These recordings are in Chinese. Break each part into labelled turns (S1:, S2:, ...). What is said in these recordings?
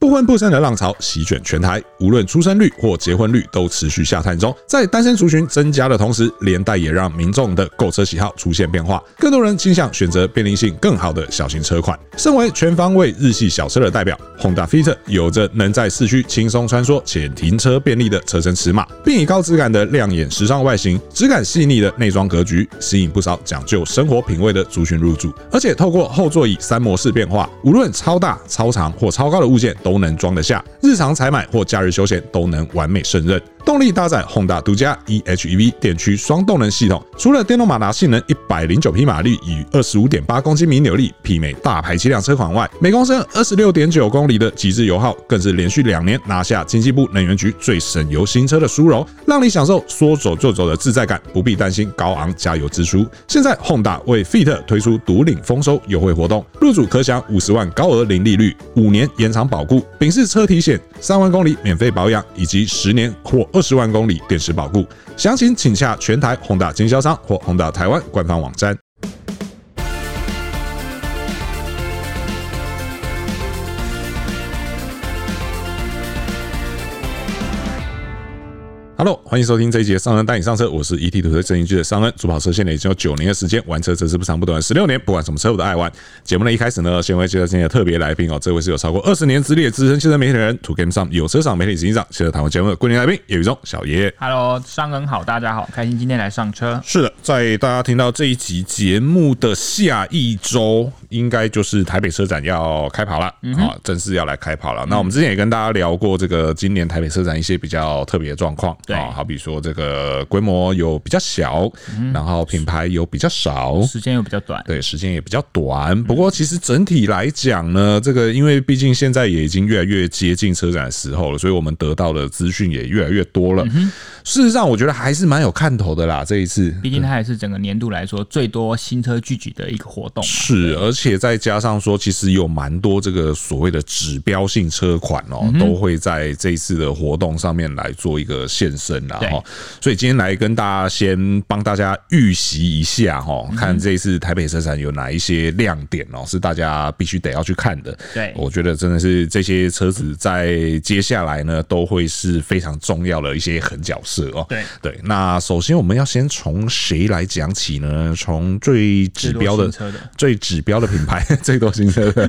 S1: 不婚不生的浪潮席卷全台，无论出生率或结婚率都持续下探中。在单身族群增加的同时，连带也让民众的购车喜好出现变化，更多人倾向选择便利性更好的小型车款。身为全方位日系小车的代表，Honda Fit 有着能在市区轻松穿梭且停车便利的车身尺码，并以高质感的亮眼时尚外形、质感细腻的内装格局，吸引不少讲究生活品味的族群入驻。而且透过后座椅三模式变化，无论超大、超长或超高的物件都能装得下，日常采买或假日休闲都能完美胜任。动力搭载 Honda 独家 EHEV 电驱双动能系统，除了电动马达性能一百零九匹马力与二十五点八公斤米扭力媲美大排气量车款外，每公升二十六点九公里的极致油耗，更是连续两年拿下经济部能源局最省油新车的殊荣，让你享受说走就走的自在感，不必担心高昂加油支出。现在 Honda 为 Fit 推出独领丰收优惠活动，入主可享五十万高额零利率，五年延长保固，丙式车体险，三万公里免费保养，以及十年或二十万公里电池保固。详情请洽全台 Honda 经销商或 Honda 台湾官方网站。Hello，欢迎收听这一节上恩带你上车，我是 E ET 土车郑一居的上恩，主跑车现在已经有九年的时间，玩车则是不长不短十六年，不管什么车我都爱玩。节目的一开始呢，先为介绍今天的特别来宾哦，这位是有超过二十年资历的资深汽车媒体人，To Game 上有车赏媒体执行长，现在谈我节目的固定来宾叶宇中小爷。
S2: Hello，上恩好，大家好，开心今天来上车。
S1: 是的，在大家听到这一集节目的下一周，应该就是台北车展要开跑了啊、正式要来开跑了。那我们之前也跟大家聊过这个今年台北车展一些比较特别的状况，
S2: 对
S1: 啊好比说这个规模有比较小，然后品牌有比较少，
S2: 时间又比较短，
S1: 哦对，时间也比较短。不过其实整体来讲呢，这个因为毕竟现在也已经越来越接近车展的时候了，所以我们得到的资讯也越来越多了。事实上，我觉得还是蛮有看头的啦，这一次。
S2: 毕竟它也是整个年度来说最多新车聚集的一个活动嘛。
S1: 是，而且再加上说，其实有蛮多这个所谓的指标性车款哦，
S2: 嗯
S1: 都会在这一次的活动上面来做一个现身啦
S2: 对
S1: 哈。所以今天来跟大家先帮大家预习一下哈，
S2: 嗯
S1: 看这一次台北车展有哪一些亮点哦，是大家必须得要去看的。
S2: 对
S1: 我觉得真的是这些车子在接下来呢，都会是非常重要的一些狠角色哦。
S2: 对
S1: 对，那首先我们要先从谁来讲起呢？从最指标的
S2: 最多新车的
S1: 最指标的品牌 最多新车的，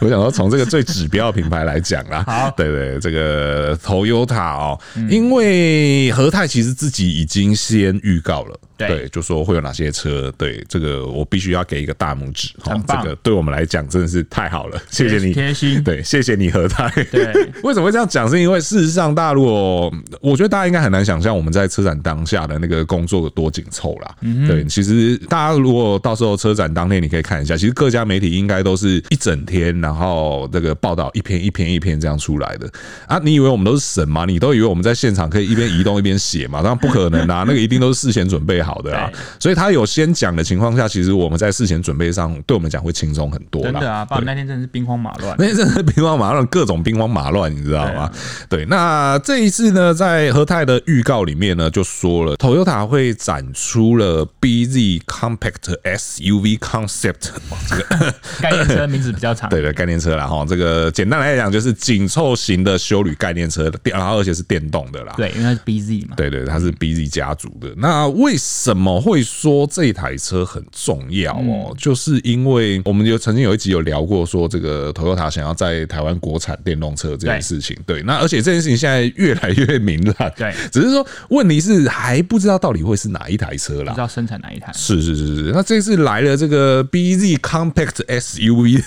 S1: 我想说从这个最指标的品牌来讲啦。
S2: 好嗯
S1: 对对，这个 Toyota 哦，因为和泰其实自己已经先预告了。
S2: 对
S1: 对，就说会有哪些车？对，这个我必须要给一个大拇指，哦
S2: 很
S1: 这
S2: 棒
S1: 个对我们来讲真的是太好了，谢谢你，
S2: 贴心
S1: 对，谢谢你和泰。
S2: 对，
S1: 为什么会这样讲？是因为事实上，大家如果我觉得大家应该很难想象我们在车展当下的那个工作有多紧凑啦。
S2: 嗯
S1: 对，其实大家如果到时候车展当天，你可以看一下，其实各家媒体应该都是一整天，然后这个报道一篇一篇一篇这样出来的啊。你以为我们都是神吗？你都以为我们在现场可以一边移动一边写嘛？当然不可能啊，那 个一定都是事前准备好的啊
S2: 对。
S1: 所以他有先讲的情况下，其实我们在事前准备上，对我们讲会轻松很多啦。
S2: 真的啊，不然
S1: 对
S2: 那天真的是兵荒马乱。
S1: 那真的是兵荒马乱，各种兵荒马乱，你知道吗？对，那这一次呢，在和泰的预告里面呢，就说了，Toyota 会展出了 BZ Compact SUV Concept，哇这个
S2: 概念车名字比较长，
S1: 对的概念车啦哈。这个简单来讲，就是紧凑型的修旅概念车，电然后而且是电动的啦。
S2: 对，因为它是 BZ 嘛。
S1: 对对，它是 BZ 家族的。那为什么会说这台车很重要
S2: 嗯
S1: 哦？就是因为我们有曾经有一集有聊过，说这个 Toyota 想要在台湾国产电动车这件事情。对，那而且这件事情现在越来越明朗。
S2: 对
S1: 只是说问题是还不知道到底会是哪一台车
S2: 不
S1: 啦
S2: 知。道生产哪一台，
S1: 是是是是，那这次来了这个 BZ Compact SUV，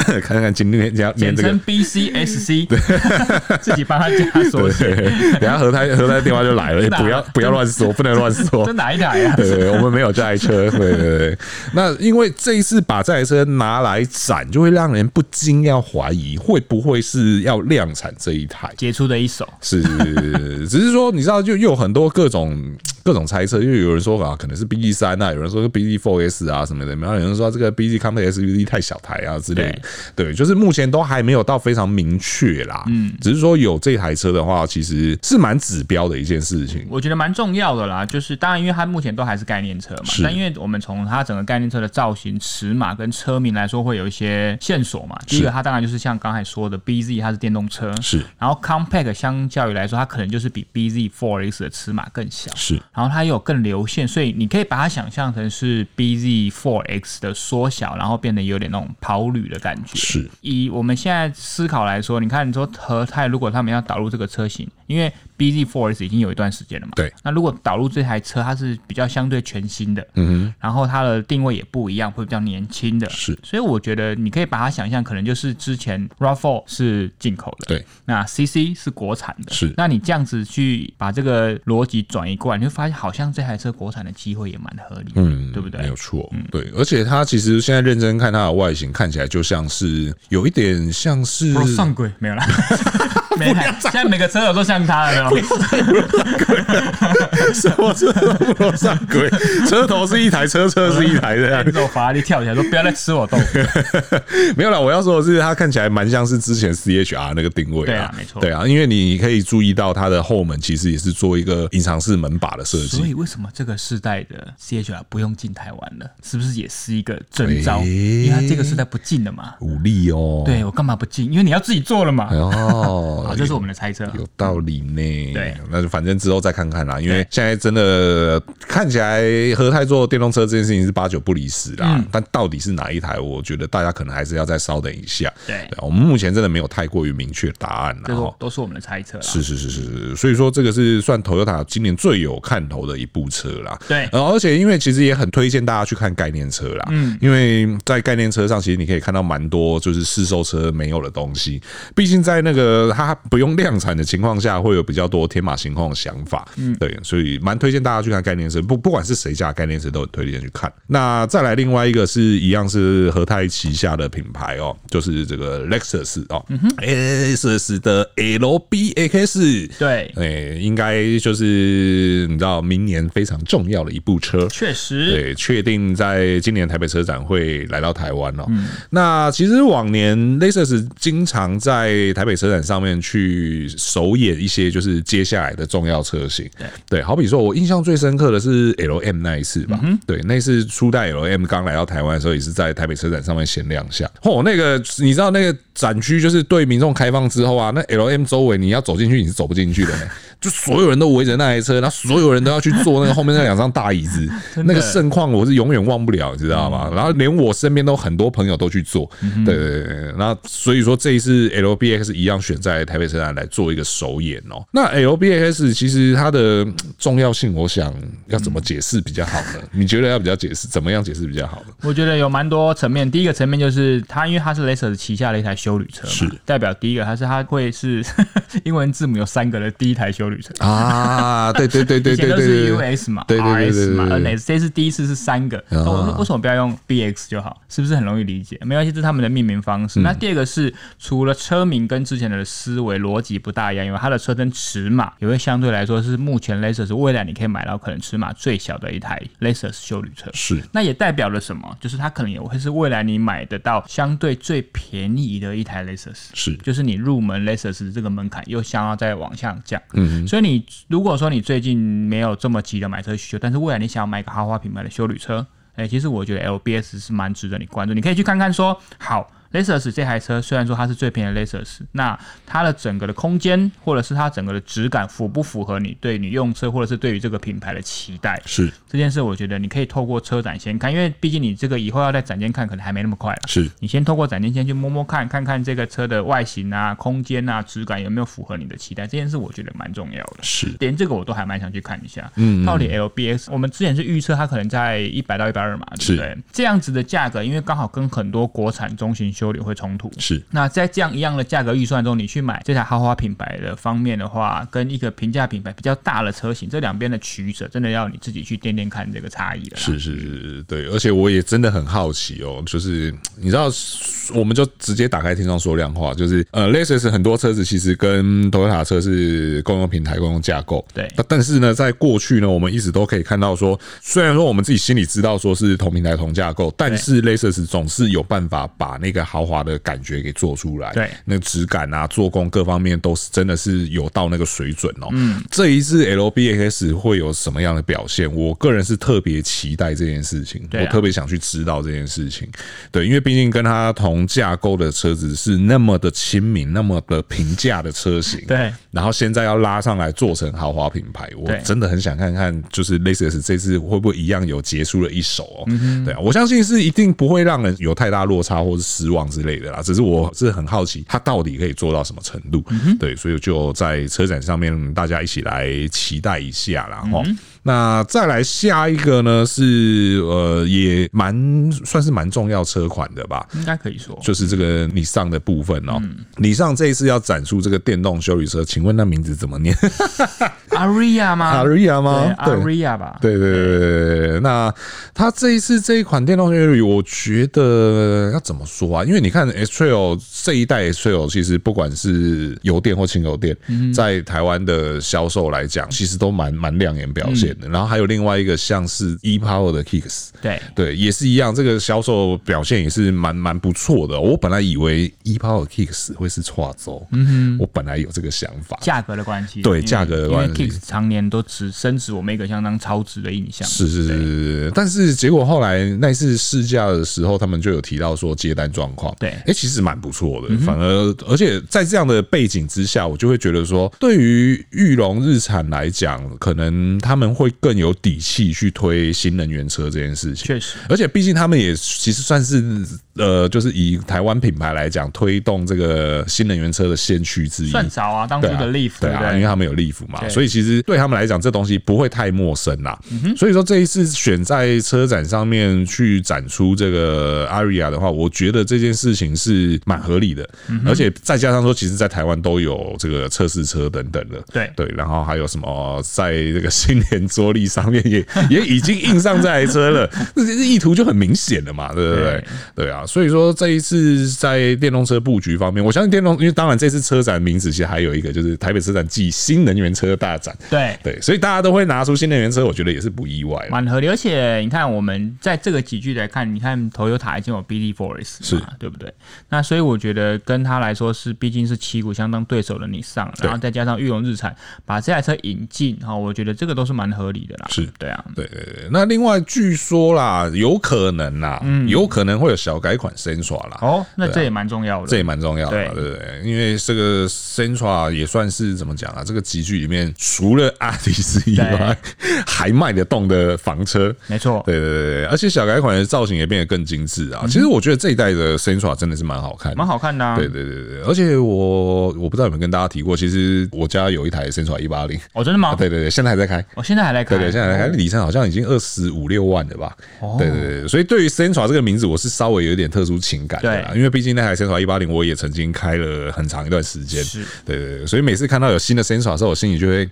S1: 看看今天要连
S2: 简
S1: 这个
S2: 称 BCSC，自己帮他加缩写。
S1: 对，哦等一下和泰和泰电话就来了，
S2: 的啊
S1: 不要不要乱说，不能乱说
S2: 这。哪一台 啊？
S1: 对对，对我们没有这台车。对对对，那因为这一次把这台车拿来展，就会让人不禁要怀疑，会不会是要量产这一台？
S2: 杰出的一手，
S1: 是，只是说你知道，就又有很多各种。各种猜测，因为有人说啊，可能是 BZ 三啊，有人说是 BZ Four S 啊什么的，然后有人说这个 BZ Compact SUV 太小台啊之类的，对，就是目前都还没有到非常明确啦，嗯，只是说有这台车的话，其实是蛮指标的一件事情，
S2: 我觉得蛮重要的啦，就是当然，因为它目前都还是概念车嘛
S1: 是，
S2: 但因为我们从它整个概念车的造型、尺码跟车名来说，会有一些线索嘛。第一个，它当然就是像刚才说的，BZ 它是电动车，
S1: 是
S2: 然后 Compact 相较于来说，它可能就是比 BZ Four X 的尺码更小，
S1: 是
S2: 然后它又有更流线，所以你可以把它想象成是 BZ Four X 的缩小，然后变得有点那种跑旅的感觉。
S1: 是
S2: 以我们现在思考来说，你看你说和泰如果他们要导入这个车型，因为 BZ Four S 已经有一段时间了嘛，
S1: 对。
S2: 那如果导入这台车，它是比较相对全新的，嗯然后它的定位也不一样，会比较年轻的，
S1: 是。
S2: 所以我觉得你可以把它想象，可能就是之前 RAV4 是进口的，
S1: 对，
S2: 那 CC 是国产的，
S1: 是
S2: 那你这样子去把这个逻辑转移过来，你会发现好像这台车国产的机会也蛮合理的，
S1: 嗯，
S2: 对不对
S1: 没有？错，对，而且它其实现在认真看它的外形，看起来就像是有一点像是
S2: 不上轨没 有啦，没啦。现在每个车友都像他了，没有？
S1: 什么车都不上轨， 车头是一台，车车是一台 这样。
S2: 那我法拉利跳起来说：“不要再吃我豆腐。
S1: 没有啦，我要说的是，它看起来蛮像是之前 CHR 那个定位
S2: 对啊没错
S1: 对啊，因为你可以注意到它的后门其实也是做一个隐藏式门把的设”
S2: 所
S1: 计。
S2: 以为什么这个世代的 CHR 不用进台湾了？是不是也是一个征兆？
S1: 诶
S2: 因为它这个世代不进了嘛。
S1: 武力哦，，
S2: 对啊我干嘛不进？因为你要自己做了嘛。
S1: 哦
S2: 好，，这是我们的猜测。
S1: 有道理呢。
S2: 对，
S1: 那就反正之后再看看啦，因为现在真的看起来和泰做电动车这件事情是八九不离十啦。
S2: 嗯
S1: 但到底是哪一台，我觉得大家可能还是要再稍等一下。
S2: 对
S1: 啊我们目前真的没有太过于明确答案啦。
S2: 这
S1: 齁
S2: 个都是我们的猜测啦。
S1: 是是是是是，所以说这个是算 Toyota 今年最有看头的一部车啦。
S2: 对
S1: 呃，而且因为其实也很推荐大家去看概念车啦，嗯，因为在概念车上，其实你可以看到蛮多就是试售车没有的东西。毕竟在那个它不用量产的情况下，会有比较多天马行空的想法，嗯，对，所以蛮推荐大家去看概念车，不不管是谁家的概念车都很推荐去看。那再来另外一个是一样是和泰旗下的品牌哦，就是这个 Lexus 哦、l e x u s 的 LBX。
S2: 对，
S1: 哎、应该就是你知道，明年非常重要的一部车，
S2: 确实，
S1: 对，确定在今年台北车展会来到台湾哦。那其实往年 Lexus 经常在台北车展上面去首演一些就是接下来的重要车型。对，好比说我印象最深刻的是 L M 那一次吧。对，那次初代 L M 刚来到台湾的时候，也是在台北车展上面显亮相。哦，那个你知道那个展区就是对民众开放之后啊，那 L M 周围你要走进去你是走不进去的、 呢，就所有人都围着那台车，然后所有人都要去坐那个后面那两张大椅子，
S2: 真
S1: 那
S2: 的嗯
S1: 个盛况我是永远忘不了，你知道吗？然后连我身边都很多朋友都去做，对对对对。那所以说这一次 LBX 一样选在台北车站来做一个首演哦。那 LBX 其实它的嗯重要性，我想要怎么解释比较好呢？你觉得要比较解释怎么样解释比较好呢？
S2: 我觉得有蛮多层面。第一个层面就是它，因为它是 Lexus 旗下的一台修旅车嘛，代表第一个它是它会是 英文字母有三个的第一台修旅车。
S1: 啊，对对对
S2: 以
S1: 对
S2: 前
S1: 对
S2: 都
S1: 对
S2: 是
S1: 对。
S2: US 嘛
S1: 对对对对
S2: ，RS 嘛
S1: 对对啊对
S2: ，NS，这次第一次是三个，那我说为什么不要用 BX 就好？是不是很容易理解？没关系，这是他们的命名方
S1: 嗯
S2: 式。那第二个是除了车名跟之前的思维逻辑不大一样，因为它的车身尺码也会相对来说是目前 Lexus 未来你可以买到可能尺码最小的一台 Lexus 修旅车。
S1: 是
S2: 那也代表了什么？就是它可能也会是未来你买得到相对最便宜的一台 Lexus。
S1: 是
S2: 就是你入门 Lexus 这个门槛又想要再往下降，嗯，所以你如果说你最近没有这么急的买车需求，但是未来你想要买一个豪华品牌的修旅车，哎、其实我觉得 LBS 是蛮值得你关注，你可以去看看说好。Lexus 这台车虽然说它是最便宜的 Lexus，那它的整个的空间或者是它整个的质感符不符合你对你用车或者是对于这个品牌的期待？
S1: 是
S2: 这件事，我觉得你可以透过车展先看，因为毕竟你这个以后要在展间看，可能还没那么快了。
S1: 是
S2: 你先透过展间先去摸摸看，看看这个车的外形啊、空间啊、质感有没有符合你的期待，这件事我觉得蛮重要的。
S1: 是
S2: 连这个我都还蛮想去看一下，嗯，到底 LBX 我们之前是预测它可能在一百到一百二嘛，对
S1: 是
S2: 不对？这样子的价格，因为刚好跟很多国产中型修理会冲突。
S1: 是
S2: 那在这样一样的价格预算中，你去买这台豪华品牌的方面的话，跟一个平价品牌比较大的车型，这两边的取舍，真的要你自己去掂掂看这个差异了啦。
S1: 是是是是，对，而且我也真的很好奇哦，就是你知道，我们就直接打开听众说亮话，就是呃，Lexus 很多车子其实跟 Toyota 车是共用平台、共用架构，
S2: 对
S1: 那但是呢，在过去呢，我们一直都可以看到说，虽然说我们自己心里知道说是同平台、同架构，但是 Lexus 总是有办法把那个豪华的感觉给做出来，
S2: 对
S1: 那质感啊、做工各方面都是真的是有到那个水准哦。嗯，这一次 LBX 会有什么样的表现？我个人是特别期待这件事情，
S2: 对啊
S1: 我特别想去知道这件事情。对，因为毕竟跟它同架构的车子是那么的亲民、那么的平价的车型，
S2: 对。
S1: 然后现在要拉上来做成豪华品牌，我
S2: 对
S1: 真的很想看看，就是类似的这次会不会一样有结束了一手哦？对啊，我相信是一定不会让人有太大落差或是失望之类的啦。只是我是很好奇，它到底可以做到什么程度？对，所以就在车展上面大家一起来期待一下啦。哦。那再来下一个呢，是呃，也蛮算是蛮重要车款的吧，
S2: 应该可以说，
S1: 就是这个你上的部分哦。你上这一次要展出这个电动修理车，请问那名字怎么念？
S2: 阿瑞亚吗？
S1: 阿啊瑞亚吗
S2: 啊对，？阿
S1: 对。
S2: 瑞亚吧。
S1: 对对对对对对，那它这一次这一款电动修理，我觉得要怎么说啊？因为你看 H Trail 这一代 H Trail，其实不管是油电或轻油电，在台湾的销售来讲，其实都蛮蛮亮眼表现的。然后还有另外一个像是 E Power 的 Kicks，
S2: 对
S1: 对，也是一样，这个销售表现也是蛮蛮不错的哦、我本来以为 e Power Kicks 会是跨州，嗯哼，我本来有这个想法。
S2: 价格的关系，
S1: 对
S2: 因为
S1: 价格的关系
S2: 因为 Kicks 常年都只深植我们一个相当超值的印象。
S1: 是是是是是，但是结果后来那次试驾的时候，他们就有提到说接单状况，
S2: 对
S1: 哎、其实蛮不错的，反而而且在这样的背景之下，我就会觉得说，对于玉龙日产来讲，可能他们会更有底气去推新能源车这件事情。
S2: 确实，
S1: 而且毕竟他们也其实算是呃，就是以台湾品牌来讲，推动这个新能源车的先驱之一。
S2: 算早啊，当初
S1: 对啊
S2: 的 Leaf，
S1: 对
S2: 不
S1: 啊，因为
S2: 对？
S1: 他们有 Leaf 嘛，
S2: 对嗯
S1: 所以其实对他们来讲，这东西不会太陌生啦。所以说这一次选在车展上面去展出这个 Aria 的话，我觉得这件事情是蛮合理的，
S2: 嗯
S1: 而且再加上说，其实在台湾都有这个测试车等等的，
S2: 对
S1: 对，然后还有什么哦在这个新年桌历上面也也已经印上这台车了， 这这意图就很明显了嘛，对不对
S2: 对？
S1: 对啊，所以说这一次在电动车布局方面，我相信电动，因为当然这次车展名字其实还有一个就是台北车展暨新能源车大展，
S2: 对，
S1: 对，所以大家都会拿出新能源车，我觉得也是不意外啦。
S2: 蛮合理。而且你看，我们在这个几句来看，你看 Toyota 已经有 Billy Forest
S1: 是
S2: 嘛，对不对？那所以我觉得跟他来说是，毕竟是旗鼓相当对手的你上，然后再加上裕隆日产把这台车引进哈，我觉得这个都是蛮合理的啦。
S1: 是
S2: 对啊，
S1: 对对对，那另外据说啦，有可能啦，有可能会有小改款 Sentra 啦，
S2: 嗯哦，那这也蛮重要的。
S1: 啊这也蛮重要的嘛，
S2: 对
S1: 对不对？因为这个 Sentra 也算是怎么讲啊？这个集聚里面除了阿迪斯以外，还卖得动的房车。
S2: 没错，
S1: 对对对对，而且小改款的造型也变得更精致啊！其实我觉得这一代的 Sentra 真的是蛮好看的，
S2: 嗯蛮好看的、啊。
S1: 对对对对，而且我我不知道有没有跟大家提过，其实我家有一台 Sentra 一八零，
S2: 哦，真的吗？
S1: 啊对对对，现在还在开。
S2: 我现在还来看。
S1: 对对，现在还在开里程好像已经二十五六万了吧？
S2: 哦
S1: 对对对，所以对于 Sentra 这个名字，我是稍微有一点特殊情感的啦，
S2: 对
S1: 因为毕竟那台 Sentra 一八零我也曾经开了很长一段时间。
S2: 是
S1: 对对对，所以每次看到有新的 Sentra 的时候，我心里就会，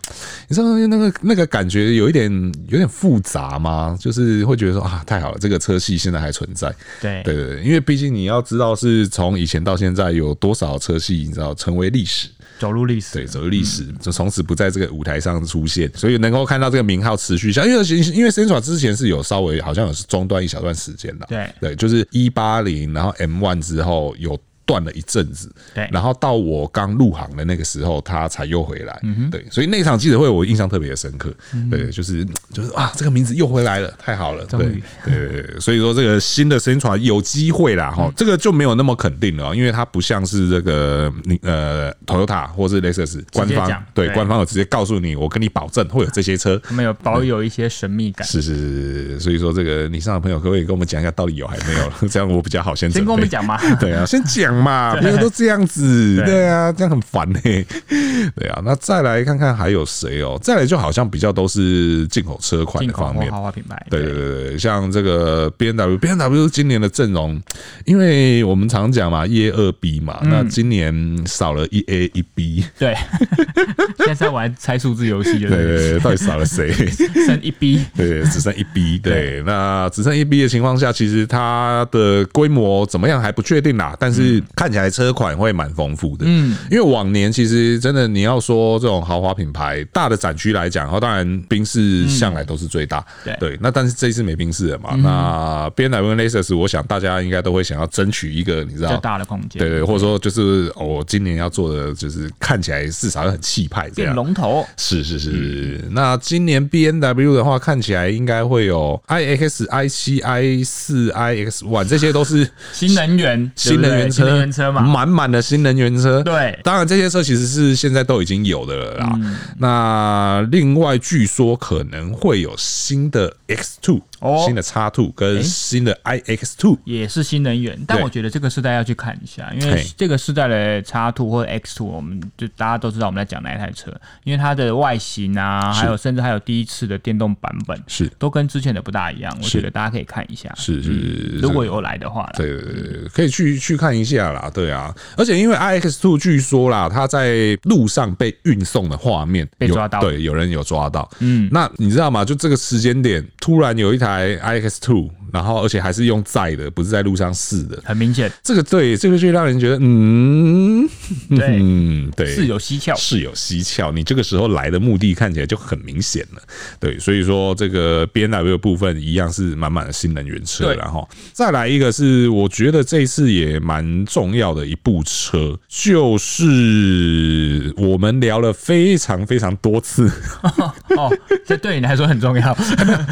S1: 你知道那个那个感觉有一点有点复杂吗？就是会觉得说啊，太好了，这个车系现在还存在。
S2: 对
S1: 对对，对因为毕竟你要知道，是从以前到现在有多少车系，你知道成为历史，
S2: 走入历史。
S1: 对，走入历史，就从此不在这个舞台上出现，所以能够看到这个名号持续下，因为其实因为 Sentra 之前是有稍微好像有是中断一小段时间的，
S2: 对
S1: 对，就是一八零，然后 M one 之后有。断了一阵子，
S2: 对
S1: 然后到我刚入行的那个时候，他才又回
S2: 嗯
S1: 来，对，所以那场记者会我印象特别深刻，对，就是就是啊，这个名字又回来了，太好了，
S2: 终于
S1: 对对对对，所以说这个新的宣传有机会啦，
S2: 嗯
S1: 哈，这个就没有那么肯定了，因为它不像是这个你呃 Toyota 或是 Lexus 官方
S2: 讲
S1: 对
S2: 对嗯
S1: 官方有直接告诉你，我跟你保证会有这些车。
S2: 他们有保有一些神秘感。
S1: 是是是是是，所以说这个你上的朋友，可不可以跟我们讲一下到底有还没有了？这样我比较好先
S2: 先
S1: 准
S2: 跟我
S1: 备
S2: 们。讲嘛。
S1: 对啊，先讲嘛，别人都这样子，
S2: 对
S1: 对啊，这样很烦呢、 对啊，那再来看看还有谁哦？再来就好像比较都是进口车款
S2: 进
S1: 的
S2: 口
S1: 方
S2: 或
S1: 面，
S2: 豪华品牌，
S1: 对对对对，像这个 B N W B N W 今年的阵容，因为我们常讲嘛，一 A 二 B 嘛，那今年少了一 A 一 B，
S2: 对， 现在在玩猜数字游戏，就
S1: 对
S2: 是
S1: 对对，到底少了谁？
S2: 剩一逼，
S1: 对，只剩一 B，对，那只剩一 B 的情况下，其实它的规模怎么样还不确定啦，但
S2: 嗯
S1: 是看起来车款会蛮丰富的，嗯，因为往年其实真的你要说这种豪华品牌大的展区来讲，然哦后当然宾士向来都是最大，
S2: 对嗯
S1: 对，那但是这一次没宾士了啊嘛，那 B N W Lexus，我想大家应该都会想要争取一个，你知
S2: 比较
S1: 道。
S2: 大的空间，
S1: 对对，或者说就是哦我、今年要做的就是看起来至少要很气派这
S2: 变
S1: 样，
S2: 龙头，
S1: 是是是是，
S2: 嗯
S1: 那今年 B N W 的话，看起来应该会有 I X I 七 I 四 I X One，这些都是
S2: 新能源，
S1: 新能源
S2: 对不
S1: 车，嗯
S2: 对 新能源车嘛，
S1: 满满的新能源车。
S2: 对
S1: 当然这些车其实是现在都已经有的了啦。
S2: 嗯
S1: 那另外据说可能会有新的 X Two，、
S2: 哦
S1: 新的 X Two 跟新的 I X Two。
S2: 也是新能源，但
S1: 对
S2: 我觉得这个世代要去看一下，因
S1: 嘿
S2: 为这个世代的 X Two 或者 X Two，我们就大家都知道我们在讲哪一台车，因为它的外形啊，还有甚至还有第一次的电动版本，
S1: 是
S2: 都跟之前的不大一样，我
S1: 是
S2: 觉得大家可以看一下，嗯
S1: 是是是，
S2: 如果有来的话啦，
S1: 对对对对，呃可以去去看一下啦，对啊，而且因为 i x Two 据说啦，它在路上被运送的画面
S2: 被
S1: 有
S2: 抓到
S1: 对，有人有抓到，嗯，那你知道吗？就这个时间点，突然有一台 i x Two，然后而且还是用载的，不是在路上试的，
S2: 很明显，
S1: 这个对，这个就让人觉得，嗯，
S2: 对
S1: 嗯，对，
S2: 是 有蹊跷，
S1: 是有蹊跷，你这个时候来的目的看起来就很明显了，对，所以说这个 B N W 的部分一样是满满的新能源车，
S2: 对
S1: 然后再来一个是我觉得这一次也蛮重要的一部车，就是我们聊了非常非常多 次，
S2: 哦，这对你来说很 重要，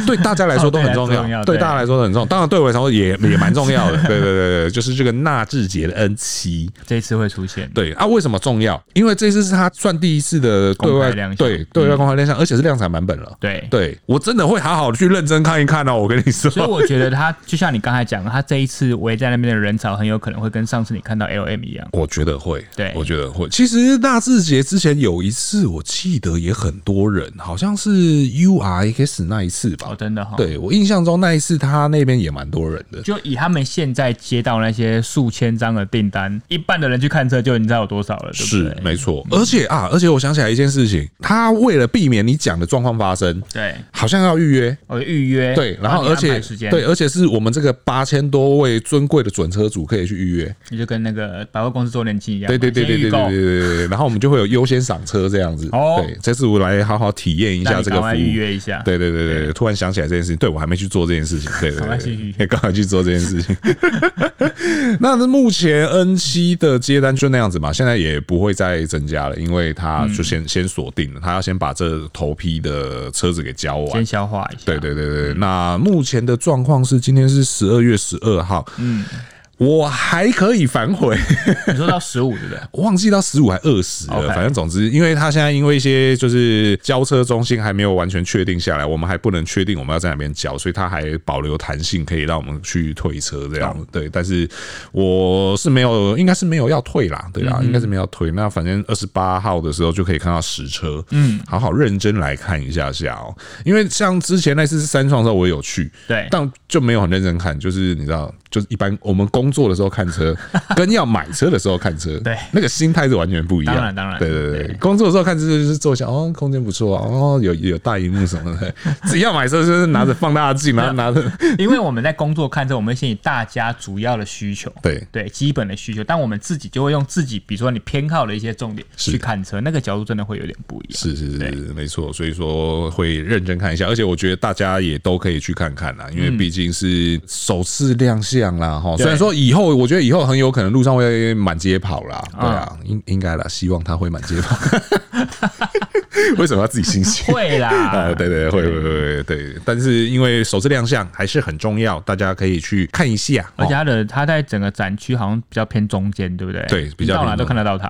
S1: 对大家来说都很重
S2: 哦对重
S1: 要，
S2: 要
S1: 对
S2: 对
S1: 大家来说都很重要，当然对我来说也也蛮重要的，对对对对，就是这个纳智捷的 N 七，
S2: 这一次会出现，
S1: 对啊，为什么重要？因为这次是他算第一次的对
S2: 公
S1: 外
S2: 开亮相嗯
S1: 对对外公开亮相，而且是量产版本了。
S2: 对
S1: 对我真的会好好地去认真看一看哦，我跟你说。
S2: 所以我觉得他就像你刚才讲的，他这一次围在那边的人潮，很有可能会跟上次你看到 L M 一样。
S1: 我觉得会，
S2: 对
S1: 我觉得会。其实纳智捷之前有一次，我记得也很多人，好像是 U R X 那一次吧。
S2: 哦，真的哈、，
S1: 对我印象中那一次，他那边也蛮多人的。
S2: 就以他们现在接到那些数千张的订单，一半的人去看车就你知道有多少了，对不
S1: 是
S2: 对？嗯
S1: 没错，而且啊，而且我想起来一件事情，他为了避免你讲的状况发生，
S2: 对，
S1: 好像要预约，
S2: 哦，预约，
S1: 对，然后
S2: 你
S1: 而
S2: 安排
S1: 且
S2: 时间，
S1: 对，，而且是我们这个八千多位尊贵的准车主可以去预约，
S2: 你就跟那个百货公司周年庆一样嘛，
S1: 对对对对对对对
S2: 先预购
S1: 对对对，然后我们就会有优先赏车这样子。
S2: 哦
S1: 对，这次我来好好体验一
S2: 那
S1: 下
S2: 你
S1: 这个
S2: 赶
S1: 服
S2: 快预
S1: 务。
S2: 约一下，
S1: 对对对对对，突然想起来这件事情，对我还没去做这件事情，对对
S2: 赶快去
S1: 对
S2: 预
S1: 对，刚好去做这件事情。 那目前 N 七的接单就那样子嘛，现在也不会再增加了，因为他就
S2: 嗯
S1: 先先锁定了，他要先把这头批的车子给交完
S2: 先。消化一下，
S1: 对对对对，那目前的状况是今天是十二月十二号，嗯，我还可以反悔，
S2: 你说到十五对不对？
S1: 我忘记到十五还二十了，
S2: OK
S1: 反正总之，因为他现在因为一些就是交车中心还没有完全确定下来，我们还不能确定我们要在哪边交，所以他还保留弹性，可以让我们去退车这样。对，但是我是没有，应该是没有要退啦，对啊啦，应该是没有要退。那反正二十八号的时候就可以看到实车，嗯，好好认真来看一下下哦、因为像之前那次是三创的时候，我也有去，
S2: 对
S1: 但就没有很认真看，就是你知道，就是一般我们工作的时候看 车，跟要买车的时候看车，
S2: 对
S1: 那个心态是完全不一样。
S2: 当然当然
S1: 对对对，工作的时候看车就是坐下，哦，空间不错啊，哦，有有大荧幕什么的。 自己要买车就是拿着放大镜，然后拿着，
S2: 因为我们在工作看车，我们会先以大家主要的需求，
S1: 对
S2: 对基本的需求，但我们自己就会用自己，比如说你偏好的一些重点
S1: 是
S2: 去看车，那个角度真的会有点不一样。
S1: 是是是，没错，所以说会认真看一下，而且我觉得大家也都可以去看看啦，因为毕竟是首次亮相啦，哈。
S2: 嗯对
S1: 虽然说以后，我觉得以后很有可能路上会满街跑啦，对啊，应应该啦，希望他会满街跑。 为什么要自己心 虚？
S2: 会啦
S1: 啊，，对对，会会会会对，但是因为首次亮相还是很重要，大家可以去看一下。
S2: 而且
S1: 哦
S2: 它的它在整个展区好像比较偏中间，对不对？
S1: 对比较
S2: 你
S1: 偏
S2: 到哪都
S1: 中
S2: 看得到它。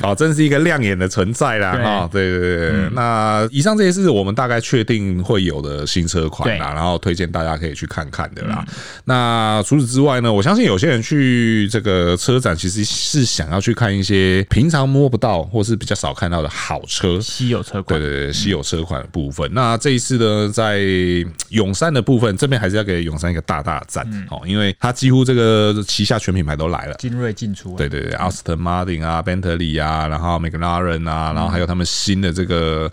S1: 好，真是一个亮眼的存在啦！
S2: 对
S1: 哈，对对对对。那以上这些是我们大概确定会有的新车款啦，然后推荐大家可以去看看的啦。那除此之外呢，我相信有些人去这个车展其实是想要去看一些平常摸不到或是比较少看到的好车。
S2: 稀有车
S1: 对
S2: 款，
S1: 对对，稀有车款的部分。那这一次呢，在永山的部分，这边还是要给永山一个大大的赞哦，因为它几乎这个旗下全品牌都来了。
S2: 精锐进出，
S1: 对对对，Aston Martin 啊，Bentley 啊，然后 McLaren 啊，然后还有他们新的这个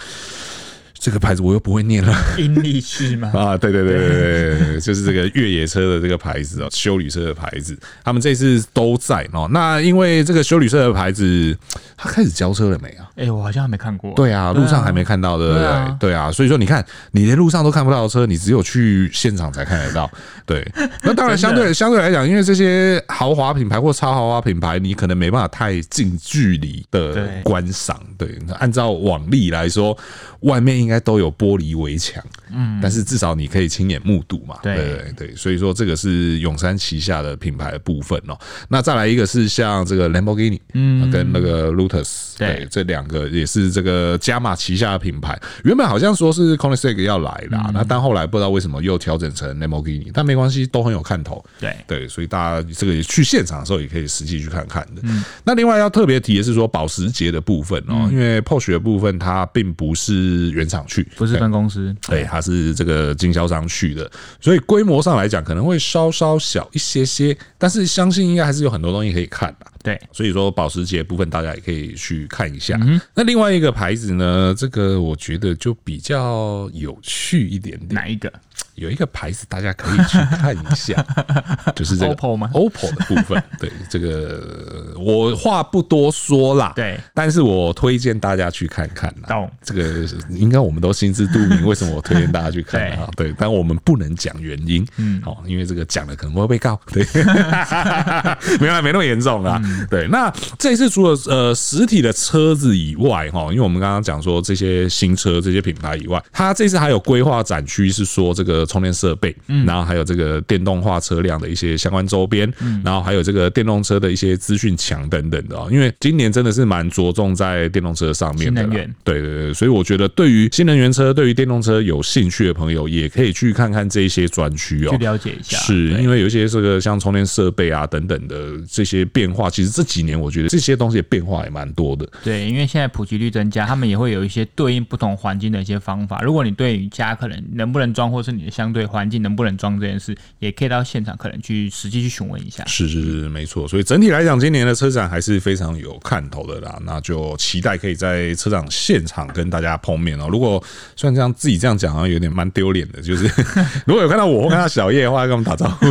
S1: 这个牌子，我又不会念了
S2: 英力士嘛，
S1: 啊！ 对对对对对对对，就是这个越野车的这个牌子哦，修旅车的牌子，他们这次都在哦。那因为这个修旅车的牌子，它开始交车了没啊？
S2: 哎，我好像还没看过，
S1: 对啊，路上还没看到，对不对？
S2: 对啊
S1: 对啊，所以说你看，你连路上都看不到的车，你只有去现场才看得到。 对，那当然相对相对来讲，因为这些豪华品牌或超豪华品牌，你可能没办法太近距离的
S2: 对
S1: 观赏。对，那按照往例来说，外面应该都有玻璃围墙，嗯，但是至少你可以亲眼目睹嘛。
S2: 对
S1: 对对对，所以说这个是永山旗下的品牌的部分哦。那再来一个是像这个 Lamborghini，嗯，跟那个 Lotus，
S2: 对
S1: 这两个也是这个加马旗下的品牌。原本好像说是 c o n i s e g 要来
S2: 嗯
S1: 啦，那、但后来不知道为什么又调整成 Lamborghini，但没关系，都很有看头。
S2: 对
S1: 对，所以大家这个也去现场的时候也可以实际去看看的。
S2: 嗯
S1: 那另外要特别提的是说保时捷的部分哦，因为 Porsche 的部分它并不是原厂去，
S2: 不是分公司，
S1: 对，哎它是这个经销商去的，所以规模上来讲可能会稍稍小一些些，但是相信应该还是有很多东西可以看的。
S2: 对，
S1: 所以说保时捷部分大家也可以去看一下。
S2: 嗯
S1: 那另外一个牌子呢，这个我觉得就比较有趣一点点。
S2: 哪一个？
S1: 有一个牌子大家可以去看一下， 就是这个
S2: OPPO 吗
S1: OPPO 的部 分，对这个呃我话不多说啦，
S2: 对
S1: 但是我推荐大家去看看啦。
S2: 懂
S1: 这个应该我们都心知肚明，为什么我推荐大家去看 啊？对，但我们不能讲原因，嗯，哦，因为这个讲了可能会被告，对， 没有啦，没那么严重啦。
S2: 嗯
S1: 对，那这次除了呃实体的车子以外，哈，因为我们刚刚讲说这些新车这些品牌以外，它这次还有规划展区是说这个充电设备，
S2: 嗯
S1: 然后还有这个电动化车辆的一些相关周边，
S2: 嗯
S1: 然后还有这个电动车的一些资讯墙等等的哦。因为今年真的是蛮着重在电动车上面的啦
S2: 新能源。
S1: 对对对，所以我觉得对于新能源车、对于电动车有兴趣的朋友，也可以去看看这一些专区哦，
S2: 去了解一下，
S1: 是
S2: 对
S1: 因为有一些这个像充电设备啊等等的这些变化，其实这几年我觉得这些东西的变化也蛮多的。
S2: 对，因为现在普及率增加，他们也会有一些对应不同环境的一些方法。如果你对于家可能能不能装，或是你的相对环境能不能装这件事，也可以到现场可能去实际去询问一下。
S1: 是是是，没错。所以整体来讲，今年的车展还是非常有看头的啦。那就期待可以在车展现场跟大家碰面哦。如果虽然这样自己这样讲，好像有点蛮丢脸的，就是 如果有看到我或看到小叶的话，跟我们打招呼。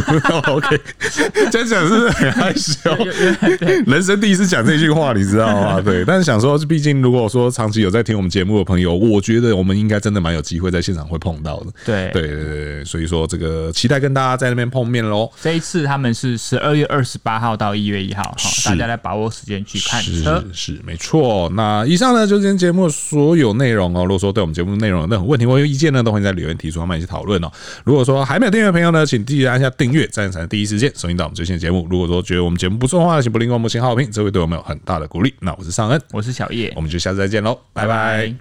S1: OK，真讲是不是很害羞？人生第一次讲这句话，你知道吗？对，但是想说，毕竟如果说长期有在听我们节目的朋友，我觉得我们应该真的蛮有机会在现场会碰到的。
S2: 对
S1: 对对对对，所以说这个期待跟大家在那边碰面喽。
S2: 这一次他们是十二月二十八号到一月一号，哈，
S1: 是
S2: 大家来把握时间去看
S1: 是
S2: 车。
S1: 是没错。那以上呢就是今天节目的所有内容哦。如果说对我们节目内容有任何问题或有意见呢，都欢迎在留言提出，我们一起讨论哦。如果说还没有订阅的朋友呢，请记得按下订阅，这样才能第一时间收听到我们最新的节目。如果说觉得我们节目不错的话，请不吝给我们五星好评，这会对我们有很大的鼓励。那我是尚恩，
S2: 我是小叶
S1: 我，们就下次再见喽，拜拜